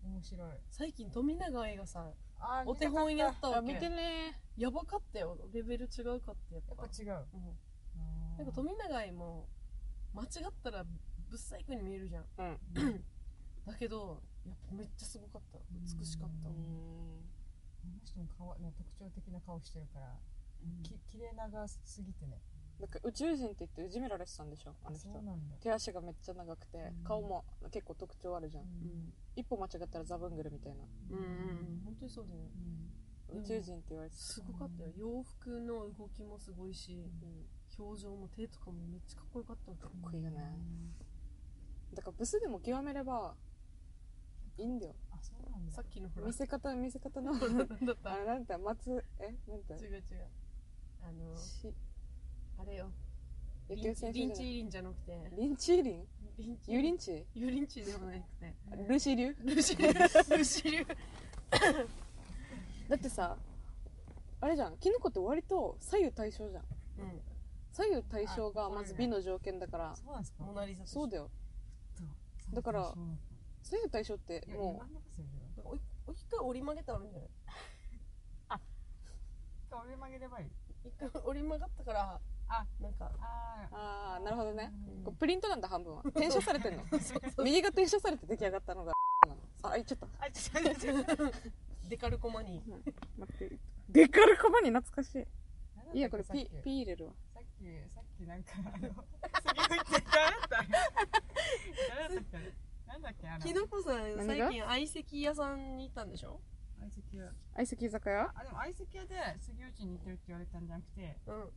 [SPEAKER 2] 面白い
[SPEAKER 3] 最近富永愛がさ
[SPEAKER 2] あ
[SPEAKER 3] お手本やったわ
[SPEAKER 1] あ
[SPEAKER 3] け
[SPEAKER 1] 見てね
[SPEAKER 3] やばかったよレベル違うかってやっ
[SPEAKER 2] やっぱ
[SPEAKER 3] ぱ
[SPEAKER 2] 違う
[SPEAKER 3] うん
[SPEAKER 2] な
[SPEAKER 3] なんか富永愛も間違ったらぶっ細工に見えるじゃん
[SPEAKER 1] うん
[SPEAKER 3] だけどやっぱめっちゃすごかった美しかった
[SPEAKER 1] う
[SPEAKER 2] う
[SPEAKER 1] ー
[SPEAKER 3] わ
[SPEAKER 1] ん
[SPEAKER 2] この人も顔ね特徴的な顔してるから、き綺麗ながすぎてね。
[SPEAKER 1] なんか宇宙人って言っていじめられてたんでしょあの
[SPEAKER 2] そ
[SPEAKER 1] 人
[SPEAKER 2] うなんだ。
[SPEAKER 1] 手足がめっちゃ長くて
[SPEAKER 2] うん
[SPEAKER 1] 顔も結構特徴あるじゃん
[SPEAKER 3] うん
[SPEAKER 1] 一歩間違ったらザブングルみたいな
[SPEAKER 3] うんうん本当にそうだよねうん
[SPEAKER 1] 宇宙人って言われてた
[SPEAKER 3] すごかったよ洋服の動きもすごいし
[SPEAKER 1] うん
[SPEAKER 3] 表情も手とかもめっちゃかっこよかったわけ
[SPEAKER 1] こいいよねだからブスでも極めればいいんだよ
[SPEAKER 2] あ、そうなんだ。
[SPEAKER 3] さっきのほら
[SPEAKER 1] 見せ方見せ方の
[SPEAKER 3] だ <laughs> った
[SPEAKER 1] あなんて松えなんて
[SPEAKER 3] 違う違うあの
[SPEAKER 1] し
[SPEAKER 3] あれよ
[SPEAKER 1] 野
[SPEAKER 3] リ
[SPEAKER 1] 球
[SPEAKER 3] ン
[SPEAKER 1] 選手
[SPEAKER 3] リ
[SPEAKER 1] じゃな
[SPEAKER 3] ンチ
[SPEAKER 1] い
[SPEAKER 3] イリンじゃなくて
[SPEAKER 1] リンチーリン
[SPEAKER 3] リンチ
[SPEAKER 1] ユリンチ
[SPEAKER 3] ユリンチではなく <laughs> て
[SPEAKER 1] ルシ流
[SPEAKER 3] ルシルルシル
[SPEAKER 1] だってさあれじゃんキノコって割と左右対称じゃん
[SPEAKER 3] うん
[SPEAKER 1] 左右対称が
[SPEAKER 2] あ
[SPEAKER 1] まず
[SPEAKER 2] そうだね
[SPEAKER 1] 美の条件だから
[SPEAKER 2] そうなんですか。
[SPEAKER 3] モナリザと
[SPEAKER 1] そうだよ
[SPEAKER 2] そう
[SPEAKER 1] だから
[SPEAKER 2] そうなん
[SPEAKER 1] 左右対称って
[SPEAKER 2] だいや
[SPEAKER 1] も
[SPEAKER 2] 今のですよね
[SPEAKER 3] なんかおいお一回折り曲げたらいいんじゃない
[SPEAKER 2] 一回折り曲げればいい。
[SPEAKER 3] 一回折り曲がったから
[SPEAKER 2] あ
[SPEAKER 3] なんか <laughs>
[SPEAKER 2] あ
[SPEAKER 1] うああなるほどね
[SPEAKER 2] うん
[SPEAKER 1] こうプリントなんだ半 <laughs> 分は転写されてんの右が転写されて出来上がったのがなのあ言っちゃった
[SPEAKER 2] あ。あ、ちょっと待って。
[SPEAKER 3] デカルコマニ
[SPEAKER 1] 待ってデカルカバに懐かし
[SPEAKER 2] なん
[SPEAKER 1] い
[SPEAKER 2] だっけ
[SPEAKER 1] いやこれピ
[SPEAKER 2] さっき
[SPEAKER 1] ピ入れるわ
[SPEAKER 2] さっき、さっきなんか、あの、次言って誰だった誰だったっけなんだっけあの、
[SPEAKER 3] キノコさん
[SPEAKER 1] 何が
[SPEAKER 3] 最近相席屋さんに行ったんでしょ
[SPEAKER 2] 相席屋。
[SPEAKER 1] 相席居酒屋
[SPEAKER 2] あ、でも相席屋で杉内に似てるって言われたんじゃなくて、
[SPEAKER 3] うん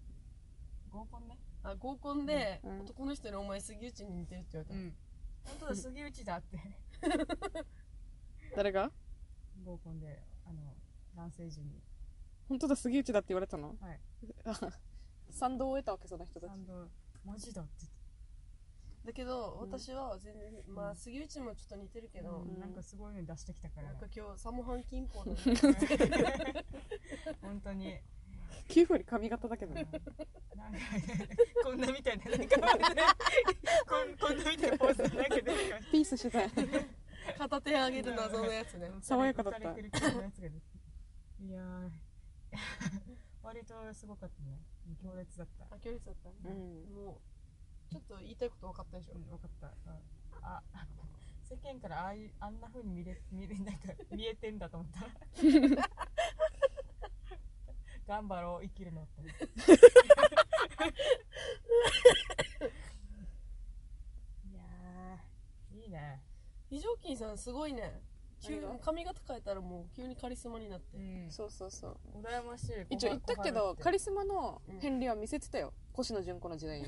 [SPEAKER 2] 合コンね。
[SPEAKER 3] あ合コンで
[SPEAKER 1] うん
[SPEAKER 3] 男の人にお前杉内に似てるって言われたの
[SPEAKER 2] 本当だ杉内だって
[SPEAKER 1] 誰が
[SPEAKER 2] 合コンであの男性陣に
[SPEAKER 1] 本当だ杉内だって言われたの
[SPEAKER 2] はい
[SPEAKER 1] あ <laughs> 賛同を得たわけその人たち
[SPEAKER 2] 賛同マジだって
[SPEAKER 3] だけど私は全然まあ杉内もちょっと似てるけ
[SPEAKER 2] 言って
[SPEAKER 3] ど
[SPEAKER 1] ん
[SPEAKER 2] なんかすごいの出してきたから
[SPEAKER 3] なんか今日サモハン金庫の
[SPEAKER 2] <laughs>
[SPEAKER 3] <laughs>
[SPEAKER 1] <laughs>
[SPEAKER 2] 本当に
[SPEAKER 1] 9割髪型だけど
[SPEAKER 2] なん
[SPEAKER 1] ね
[SPEAKER 2] かこんなみたいななんかこんこんなみたいなポーズなんか出てきまし
[SPEAKER 1] ピースしてたよ
[SPEAKER 3] 片手上げる謎のやつね
[SPEAKER 2] た
[SPEAKER 1] 爽やかだった
[SPEAKER 2] 浮れてる系のやつが出てきたいやー割とすごかったね強烈だった
[SPEAKER 3] あ距離だった
[SPEAKER 1] うん
[SPEAKER 3] もうちょっと言いたいこと分かったでしょ
[SPEAKER 2] うん、分かった。あ、あ世間からああいうあんな風に見れ見れ <laughs> なんか見えてんだと思った。頑張ろう生きるのって。 <laughs> いやーいいね。
[SPEAKER 3] 非常勤さんすごいね急に
[SPEAKER 1] 何が
[SPEAKER 3] 髪型変えたらもう急にカリスマになって
[SPEAKER 2] ん
[SPEAKER 1] そうそうそう
[SPEAKER 2] 羨ましい。
[SPEAKER 1] 一応言ったけどカ
[SPEAKER 2] リ
[SPEAKER 1] リスマの片鱗は見せてたよ腰野純子の時 <laughs> 代に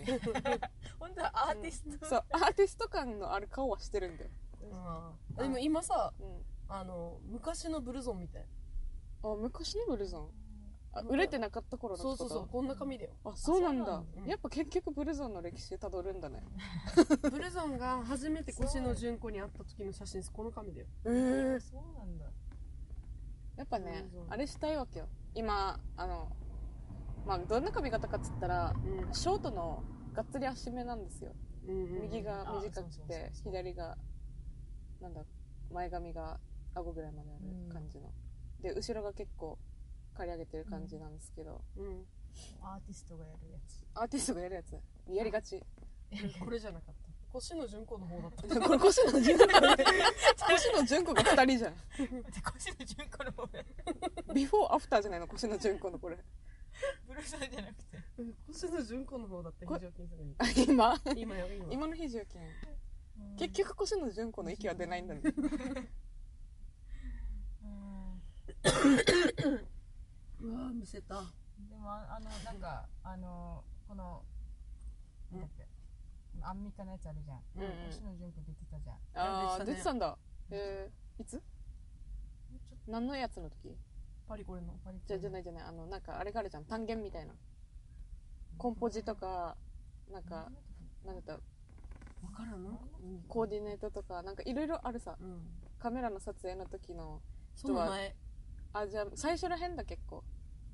[SPEAKER 2] 本当はアーティスト。
[SPEAKER 1] そうアーティスト感のある顔はしてるんだよ、
[SPEAKER 3] あーでも今さ
[SPEAKER 1] うん、
[SPEAKER 3] ああの昔のブルゾンみたい
[SPEAKER 1] あ昔のブルゾンあ売れてなかった頃の
[SPEAKER 3] そう
[SPEAKER 1] こと
[SPEAKER 3] そうそうこんな
[SPEAKER 1] <laughs>
[SPEAKER 3] 髪だよ
[SPEAKER 1] あそうなんだ
[SPEAKER 2] あそう
[SPEAKER 3] なんだ
[SPEAKER 1] やっぱ結局ブルゾンの歴史たどるんだね
[SPEAKER 3] ブルゾンが初めて越野純子に会った時の写真ですこの髪だよ
[SPEAKER 1] ええ
[SPEAKER 2] そうなんだ。
[SPEAKER 1] やっぱね
[SPEAKER 3] ブルゾン
[SPEAKER 1] あれしたいわけよ今あのまあどんな髪型かっつったら
[SPEAKER 3] う
[SPEAKER 1] ショートのがっつり足目なんですよ
[SPEAKER 3] ん、うんうん、
[SPEAKER 1] 右が
[SPEAKER 2] あ
[SPEAKER 1] 短
[SPEAKER 2] そう
[SPEAKER 1] く
[SPEAKER 2] そうそう
[SPEAKER 1] て
[SPEAKER 2] そう
[SPEAKER 1] 左がなんだ前髪が顎ぐらいまである感じの、で後ろが結構刈り上げてる感じなんですけど、
[SPEAKER 3] うん、
[SPEAKER 2] アーティストがやるやつ。
[SPEAKER 1] アーティストがやるやつやりがち
[SPEAKER 3] <laughs> これじゃなかった越野純子の方だ <laughs> った
[SPEAKER 1] これ腰の純子で腰の純子が2人じゃん
[SPEAKER 2] で、腰の順子の方が。
[SPEAKER 1] ビフォーアフターじゃないの腰の純子のこれ <laughs>
[SPEAKER 2] ブルーさんじゃなくて。
[SPEAKER 3] 越野純子の方だった
[SPEAKER 1] こ
[SPEAKER 3] 非常勤すぐに
[SPEAKER 1] あ今
[SPEAKER 3] 今よ今
[SPEAKER 1] 今の比重金結。局腰の純子の息は出ないんだね
[SPEAKER 2] うん。
[SPEAKER 3] うわーむせた
[SPEAKER 2] でも、ああの、なんか、あの、この、なんだっけ。アンミカのやつあるじゃん。
[SPEAKER 1] うんうん
[SPEAKER 2] 腰の順子出てたじゃん。。
[SPEAKER 1] <laughs> ああ
[SPEAKER 3] 出
[SPEAKER 1] 出
[SPEAKER 3] てたね
[SPEAKER 1] てたんだえー、いつ何のやつの時
[SPEAKER 3] パリコレの
[SPEAKER 1] じゃじゃないいじゃないあのなんかあれがあるじゃん単元みたいなコンポジとかなんかなんだった
[SPEAKER 3] わからんなんかうん
[SPEAKER 1] コーディネートとかなんかいろいろあるさ
[SPEAKER 3] うん
[SPEAKER 1] カメラの撮影の時の
[SPEAKER 3] その前
[SPEAKER 1] あじゃあ最初らへんだ結構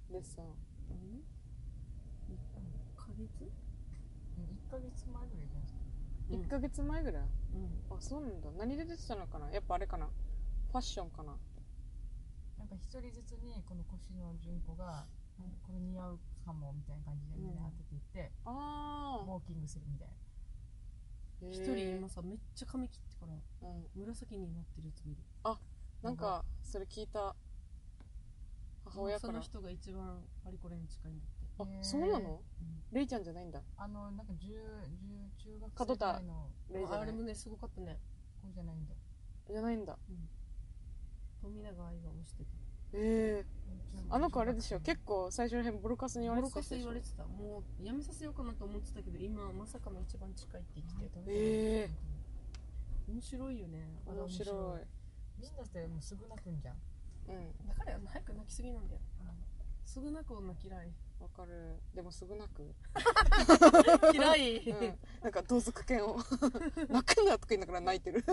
[SPEAKER 1] レッスン
[SPEAKER 3] うん1ヶ月
[SPEAKER 2] 一ヶ月前ぐらいじゃないですか。
[SPEAKER 1] 1ヶ月前ぐらい
[SPEAKER 3] うん
[SPEAKER 1] あそうなんだ何で出てたのかなやっぱあれかなファッションかな
[SPEAKER 2] なんか一人ずつに、この腰の順子が、これ似合うかもみたいな感じでみんな当てていって、ウ
[SPEAKER 1] ああ
[SPEAKER 2] ォーキングするみたいな。
[SPEAKER 3] 一人今さめっちゃ髪切ってから
[SPEAKER 1] うん
[SPEAKER 3] 紫になってるやつ見る
[SPEAKER 1] なんかそれ聞いた母親か
[SPEAKER 3] そ
[SPEAKER 1] ら
[SPEAKER 3] の人が一番パリコレに近いんだって
[SPEAKER 1] あ
[SPEAKER 2] へー
[SPEAKER 1] そうなのレイちゃんじゃないんだ
[SPEAKER 2] あの、なんか十、十、中学
[SPEAKER 1] 角
[SPEAKER 2] 生ぐ
[SPEAKER 1] 田
[SPEAKER 2] らいの
[SPEAKER 1] レイじゃ
[SPEAKER 3] あ
[SPEAKER 1] な
[SPEAKER 3] あれ
[SPEAKER 1] い
[SPEAKER 3] もねすごかったね
[SPEAKER 2] 子じゃないんだ。
[SPEAKER 1] じゃないんだ
[SPEAKER 3] 富永愛が推してた
[SPEAKER 1] ええあの子あれでしょ
[SPEAKER 2] 結
[SPEAKER 1] 結構最初の辺ボロカスに言われ
[SPEAKER 3] ボロ
[SPEAKER 1] てた
[SPEAKER 3] カス
[SPEAKER 1] 人で
[SPEAKER 3] 言
[SPEAKER 1] し
[SPEAKER 3] わ
[SPEAKER 1] ょ
[SPEAKER 3] れてたもうやめさせようかなと思ってたけど今まさかの一番近いって言ってたよ
[SPEAKER 1] ええ
[SPEAKER 3] 面白いよねあれ
[SPEAKER 1] 面白い
[SPEAKER 2] みんなってもうすぐ泣くんじゃん。
[SPEAKER 1] うん
[SPEAKER 3] だからやんな早く泣きすぎなんだよすぐ泣く女嫌 <laughs> い
[SPEAKER 1] わかるでもすぐ泣く、
[SPEAKER 3] 嫌い、
[SPEAKER 1] うん、なんか同族犬を <laughs> 泣くなとか言いながら泣いてる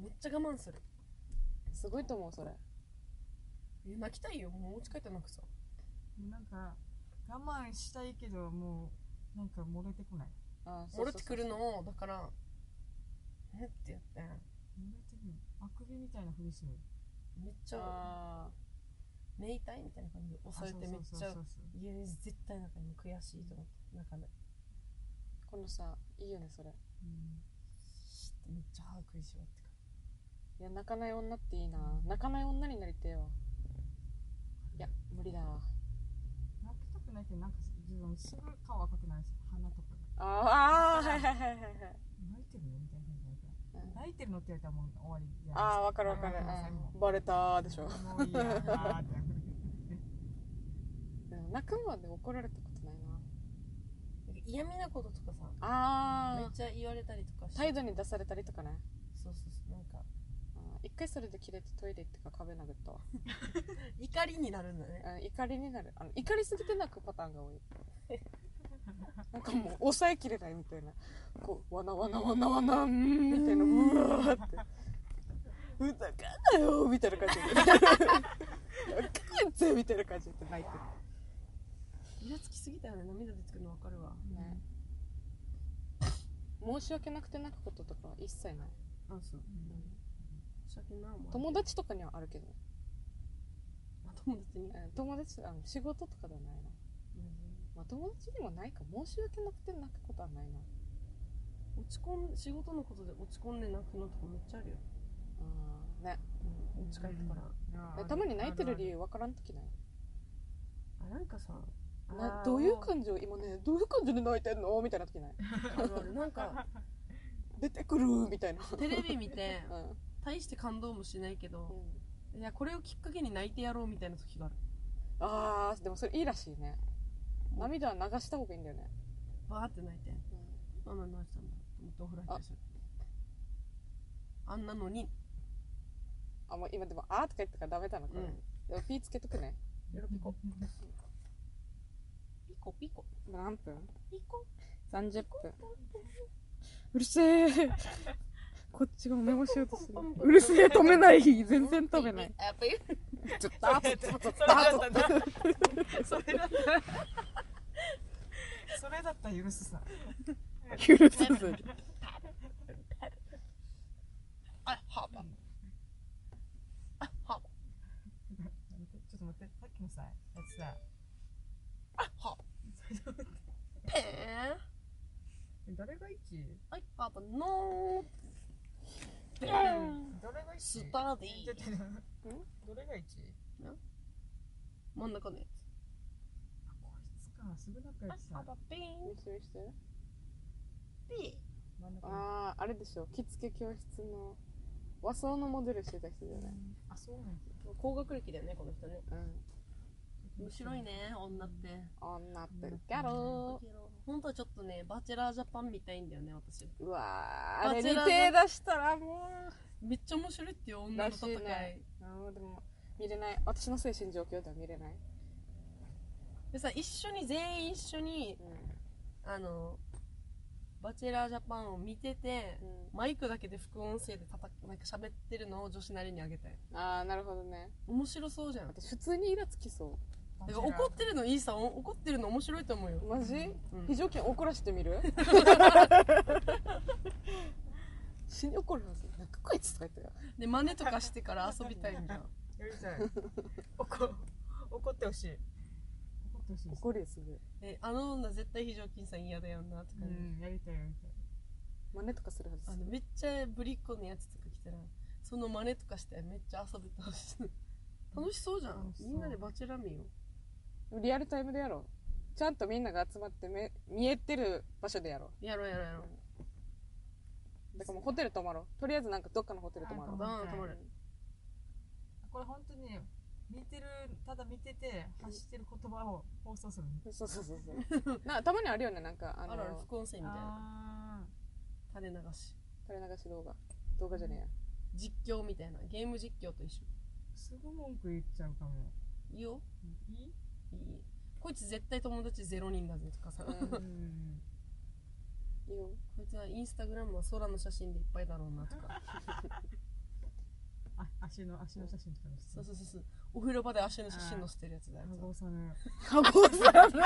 [SPEAKER 3] めっちゃ我慢する
[SPEAKER 1] すごいと思うそれ
[SPEAKER 3] いや泣きたいよもうお家帰ったら泣くさ
[SPEAKER 2] なんか、我慢したいけど、もう、なんか漏れてこない。
[SPEAKER 1] あーそうそう
[SPEAKER 3] 漏れ
[SPEAKER 1] そう
[SPEAKER 3] てくるのをだからえってやっ
[SPEAKER 2] 漏
[SPEAKER 3] て
[SPEAKER 2] れてくる。あくびみたいなふりする。
[SPEAKER 3] めっちゃ
[SPEAKER 1] あ
[SPEAKER 3] 目痛いみたいな感じで押されてめっちゃ
[SPEAKER 2] そうそう
[SPEAKER 3] いや絶対なんかもう悔しいと思ってなんかね
[SPEAKER 1] ーこのさいいよねそれ
[SPEAKER 3] シッてめっちゃ歯食いしばってか
[SPEAKER 1] いや泣かない女っていいな泣かない女になりてえわいや無理だわ
[SPEAKER 2] 泣きたくないけど、なんか自分すぐ顔赤くなるし、鼻とかが。
[SPEAKER 1] あーあーはいはいはいはいはい
[SPEAKER 2] 泣いてるのみたいな感じになるから
[SPEAKER 1] うん
[SPEAKER 2] 泣いてるのって言われたらもう終わりじゃ
[SPEAKER 1] ああ
[SPEAKER 2] あ
[SPEAKER 1] わかるわかる、うん、バレたーでしょ、
[SPEAKER 2] もういいや
[SPEAKER 1] <laughs>
[SPEAKER 2] なーって。
[SPEAKER 1] うん、泣くまで怒られたことないな
[SPEAKER 3] なんか嫌味なこととかさめ
[SPEAKER 1] あ
[SPEAKER 3] っちゃ言われたりとか
[SPEAKER 1] あ
[SPEAKER 3] して
[SPEAKER 1] 態度に出されたりとかね
[SPEAKER 3] そうそうそうなんか
[SPEAKER 1] うん一回それで切れてトイレ行ってから壁殴ったわ、
[SPEAKER 3] 怒りになるんだね
[SPEAKER 1] うん、怒りになるあの怒りすぎて泣くパターンが多い <laughs> なんかもう抑えきれないみたいなこうわなわなわなわなうーんみたいなうわーって「ふざかんなよ」みたいな感じで「ふざかんぜ」みたいな感じで泣いて
[SPEAKER 3] イラつきすぎたよね涙出てくるの分かるわ
[SPEAKER 1] る <laughs> ね申し訳なくて泣くこととかは一切ない、
[SPEAKER 3] あそう申し訳ないもん
[SPEAKER 1] 友達とかにはあるけどね、
[SPEAKER 3] あ友達に
[SPEAKER 1] うん、友達あの仕事とかではないなまあ、友達にもないか申し訳なくて泣くことはないな
[SPEAKER 3] 落ち込ん仕事のことで落ち込んで泣くのとかめっちゃあるよ、
[SPEAKER 1] あーね
[SPEAKER 3] うん、落ち帰ってから、
[SPEAKER 1] えたまに泣いてる理由わからん時ない
[SPEAKER 3] あなんかさあ
[SPEAKER 1] などういう感情今ねどういう感情で泣いてんのみたいな時ない
[SPEAKER 3] あるあるなんか
[SPEAKER 1] 出てくるみたいな
[SPEAKER 3] テレビ見て
[SPEAKER 1] うん、うん、
[SPEAKER 3] 大して感動もしないけどいやこれをきっかけに泣いてやろうみたいな時がある
[SPEAKER 1] あーでもそれいいらしいね
[SPEAKER 3] うん
[SPEAKER 1] 涙は流した方がいいんだよね、
[SPEAKER 3] バーって泣いて
[SPEAKER 1] うん
[SPEAKER 3] ママ泣いてたんだお風呂入ったりするあんなのに、
[SPEAKER 1] あもう今でも「あ」とか言ったからダメだなこ
[SPEAKER 3] う
[SPEAKER 1] れ、
[SPEAKER 3] ん、
[SPEAKER 1] でもピーつけとくね
[SPEAKER 2] 喜びこ
[SPEAKER 3] ピコピコ
[SPEAKER 1] 今何分
[SPEAKER 3] ピコ
[SPEAKER 1] ?30 分うるせえ <laughs> こっちがメモしようとするうるせえ止めない全然止めない
[SPEAKER 3] やっぱり
[SPEAKER 1] <laughs> ちょっとあとちょっとあ
[SPEAKER 2] そ
[SPEAKER 1] と
[SPEAKER 2] れだった
[SPEAKER 1] <laughs>
[SPEAKER 2] なそれだったなそれだったら許すさ
[SPEAKER 1] 許せず
[SPEAKER 3] あハーバーあハーバ
[SPEAKER 2] ちょっと待ってさっきのさやつさ
[SPEAKER 3] ーあハーバーペーン
[SPEAKER 2] 誰が一位
[SPEAKER 3] はいパパノーペーン
[SPEAKER 2] 誰が一位
[SPEAKER 3] スタデ
[SPEAKER 2] ちょっ
[SPEAKER 3] ィ
[SPEAKER 2] とどれが一位
[SPEAKER 3] 真ん中のや
[SPEAKER 2] あこいつかすぐ仲良く
[SPEAKER 3] つ
[SPEAKER 2] さ
[SPEAKER 3] パピーンピ
[SPEAKER 2] 真ん中の
[SPEAKER 1] あああれでしょ着付け教室の和装のモデルしてた人じゃない、
[SPEAKER 2] あそうなんだ
[SPEAKER 3] ー高学歴だよねこの人ね
[SPEAKER 1] うん、
[SPEAKER 3] 面白いね女って
[SPEAKER 1] 女ってギャロ
[SPEAKER 3] 本当はちょっとねバチェラージャパンみたいんだよね私
[SPEAKER 1] ーうわーあれ
[SPEAKER 3] バ
[SPEAKER 1] に
[SPEAKER 3] チェラーの
[SPEAKER 1] 手出したらも
[SPEAKER 3] めっちゃ面白いっていう女の戦い
[SPEAKER 1] らしいねうあーでも見れない私の精神状況では見れない、
[SPEAKER 3] でさ一緒に全員一緒に
[SPEAKER 1] う
[SPEAKER 3] あのバチェラージャパンを見て
[SPEAKER 1] ん
[SPEAKER 3] て
[SPEAKER 1] う
[SPEAKER 3] マイクだけで副音声でたたなんか喋ってるのを女子なりにあげたい
[SPEAKER 1] ん、ああなるほどね
[SPEAKER 3] 面白そうじゃんだか
[SPEAKER 1] 私普通にイラつきそ
[SPEAKER 3] ら怒ってるのいいさお怒ってるの面白いと思うよ
[SPEAKER 1] う、マジ、
[SPEAKER 3] うん
[SPEAKER 1] 非常勤怒らしてみる死に怒るはずなんかこいつとか言って
[SPEAKER 3] で真似とかしてから遊びたいんだ <laughs> よ
[SPEAKER 2] やりたい怒怒ってほしい怒ってほしいです
[SPEAKER 1] 怒るよすぐ
[SPEAKER 3] であの女絶対非常勤さん嫌だよなとか
[SPEAKER 2] う
[SPEAKER 3] ね、
[SPEAKER 2] んやりたいやりたい
[SPEAKER 1] 真似とかするは
[SPEAKER 3] あ
[SPEAKER 1] ず
[SPEAKER 3] のめっちゃぶりっ子のやつとか来たらその真似とかしてめっちゃ遊べたし楽しそうじゃん
[SPEAKER 2] 楽しそう
[SPEAKER 3] みんなでバチェラ見よ
[SPEAKER 1] リアルタイムでやろうちゃんとみんなが集まってめ見えてる場所でやろ
[SPEAKER 3] うやろうやろうや
[SPEAKER 1] う
[SPEAKER 3] ろ
[SPEAKER 1] だからもうホテル泊まろうとりあえずなんかどっかのホテル泊まろ
[SPEAKER 3] う
[SPEAKER 1] う
[SPEAKER 2] あ
[SPEAKER 3] バーン
[SPEAKER 2] はい
[SPEAKER 3] 止まる
[SPEAKER 2] これ本当に見てるただ見てて発してる言葉を放送するの
[SPEAKER 1] そうそうそう <laughs> そうなたまにあるよねなんかあ
[SPEAKER 3] あ
[SPEAKER 1] の
[SPEAKER 3] るある副音声みたいな
[SPEAKER 2] あ
[SPEAKER 3] 垂れ流し
[SPEAKER 1] 垂れ流し動画動画じゃねえや
[SPEAKER 3] 実況みたいなゲーム実況と一緒
[SPEAKER 2] ーすぐ文句言っちゃうかも
[SPEAKER 3] いいよ
[SPEAKER 2] いい
[SPEAKER 3] いいこいつ絶対友達ゼロ人だぜとかさ、
[SPEAKER 1] う
[SPEAKER 3] こ
[SPEAKER 2] うん
[SPEAKER 1] いいよ
[SPEAKER 3] いつはインスタグラムは空の写真でいっぱいだろうなとか
[SPEAKER 2] あ足の足の写真とかです
[SPEAKER 3] そうそうそうそうお風呂場で足の写真載せてるやつだよ
[SPEAKER 2] あ <laughs> ごさん
[SPEAKER 1] 羽子
[SPEAKER 3] <laughs>
[SPEAKER 1] さん羽子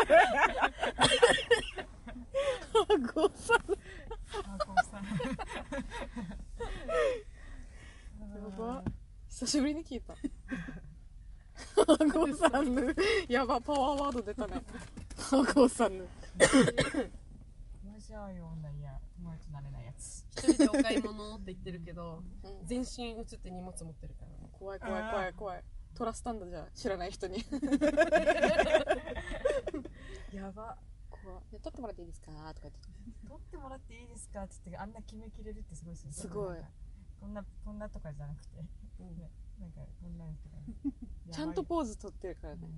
[SPEAKER 1] さん
[SPEAKER 2] あごさん
[SPEAKER 1] やば久しぶりに聞いた羽子さんぬやばパワーワード出たね羽子さんぬ
[SPEAKER 2] マジああいう女嫌友達になれないやつ
[SPEAKER 3] 一人でお買い物って言ってるけ
[SPEAKER 1] <laughs>
[SPEAKER 3] ど
[SPEAKER 1] うん
[SPEAKER 3] 全身映って荷物持ってるから
[SPEAKER 1] 怖い怖い怖い怖いトラスタンドじゃ知らない人 <laughs> に
[SPEAKER 2] やば
[SPEAKER 1] 怖いね撮ってもらっていいですかとか言って
[SPEAKER 2] 撮ってもらっていいですかって言ってあんな決めきれるってすごいですね
[SPEAKER 1] すごい
[SPEAKER 2] こんなこんなとかじゃなくて
[SPEAKER 3] うん
[SPEAKER 2] なんかこんなのとか
[SPEAKER 1] ちゃんと
[SPEAKER 2] ー
[SPEAKER 1] ポーズ撮ってるから
[SPEAKER 2] ズ
[SPEAKER 1] ね、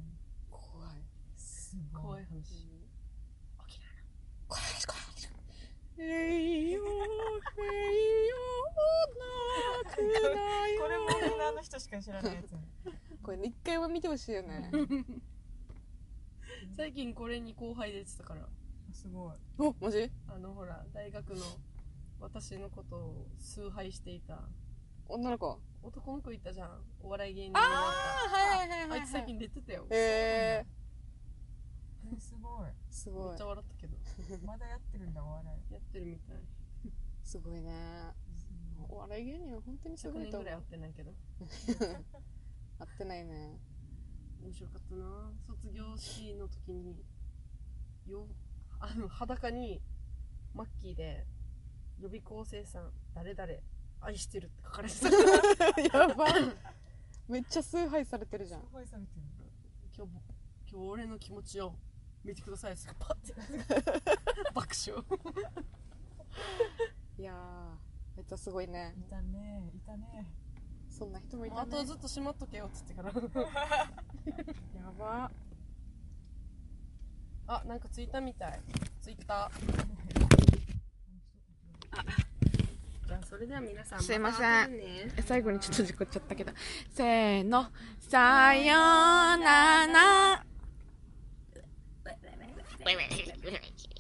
[SPEAKER 1] 怖い、
[SPEAKER 2] すごい
[SPEAKER 3] 怖い話
[SPEAKER 1] 起きらな怖い話怖い話栄養栄養なくない
[SPEAKER 2] これ
[SPEAKER 1] よ
[SPEAKER 2] もみんなあの人しか知らないやつ <laughs>
[SPEAKER 1] これね一回は見てほしいよね
[SPEAKER 3] 最近これに後輩出てたから
[SPEAKER 2] すごい
[SPEAKER 1] おマジ
[SPEAKER 3] あのほら大学の私のことを崇拝していた
[SPEAKER 1] 女の子
[SPEAKER 3] 男の子いたじゃんお笑い芸人に
[SPEAKER 1] あ
[SPEAKER 3] なっ
[SPEAKER 1] あはいはいはいは
[SPEAKER 3] たあ
[SPEAKER 1] い
[SPEAKER 3] いつ最近出てたよめっ
[SPEAKER 1] え
[SPEAKER 2] えすごい
[SPEAKER 1] ー、すごい
[SPEAKER 3] ちゃ笑ったけど
[SPEAKER 2] まだやってるんだお笑い
[SPEAKER 3] やってるみたい
[SPEAKER 1] すごいねお笑い芸人は本当にす
[SPEAKER 3] 100
[SPEAKER 1] ごい
[SPEAKER 3] 年
[SPEAKER 1] と思
[SPEAKER 3] ぐらい会っ
[SPEAKER 1] う
[SPEAKER 3] てないけど
[SPEAKER 1] 合ってないね
[SPEAKER 3] 面白かったな卒業式の時によあの裸にマッキーで予備校生さん誰々愛してるって書かれて <laughs> た
[SPEAKER 1] やばめっちゃ崇拝されてるじゃん
[SPEAKER 2] すごいされてる
[SPEAKER 3] 今日ぼ今日俺の気持ちを見てくださいスパッて爆笑
[SPEAKER 1] いやーめっちゃすごいね
[SPEAKER 2] いたねいたね
[SPEAKER 1] そんな人もいたね
[SPEAKER 3] あとずっとしまっとけよっつってから
[SPEAKER 1] やば
[SPEAKER 3] あなんかついたみたいツイッターそれでは皆さん
[SPEAKER 1] すいません
[SPEAKER 3] た後でね
[SPEAKER 1] え最後にちょっと事故っちゃったけどせーのさようなら
[SPEAKER 4] Wait, wait, wait, wait, wait, wait, wait.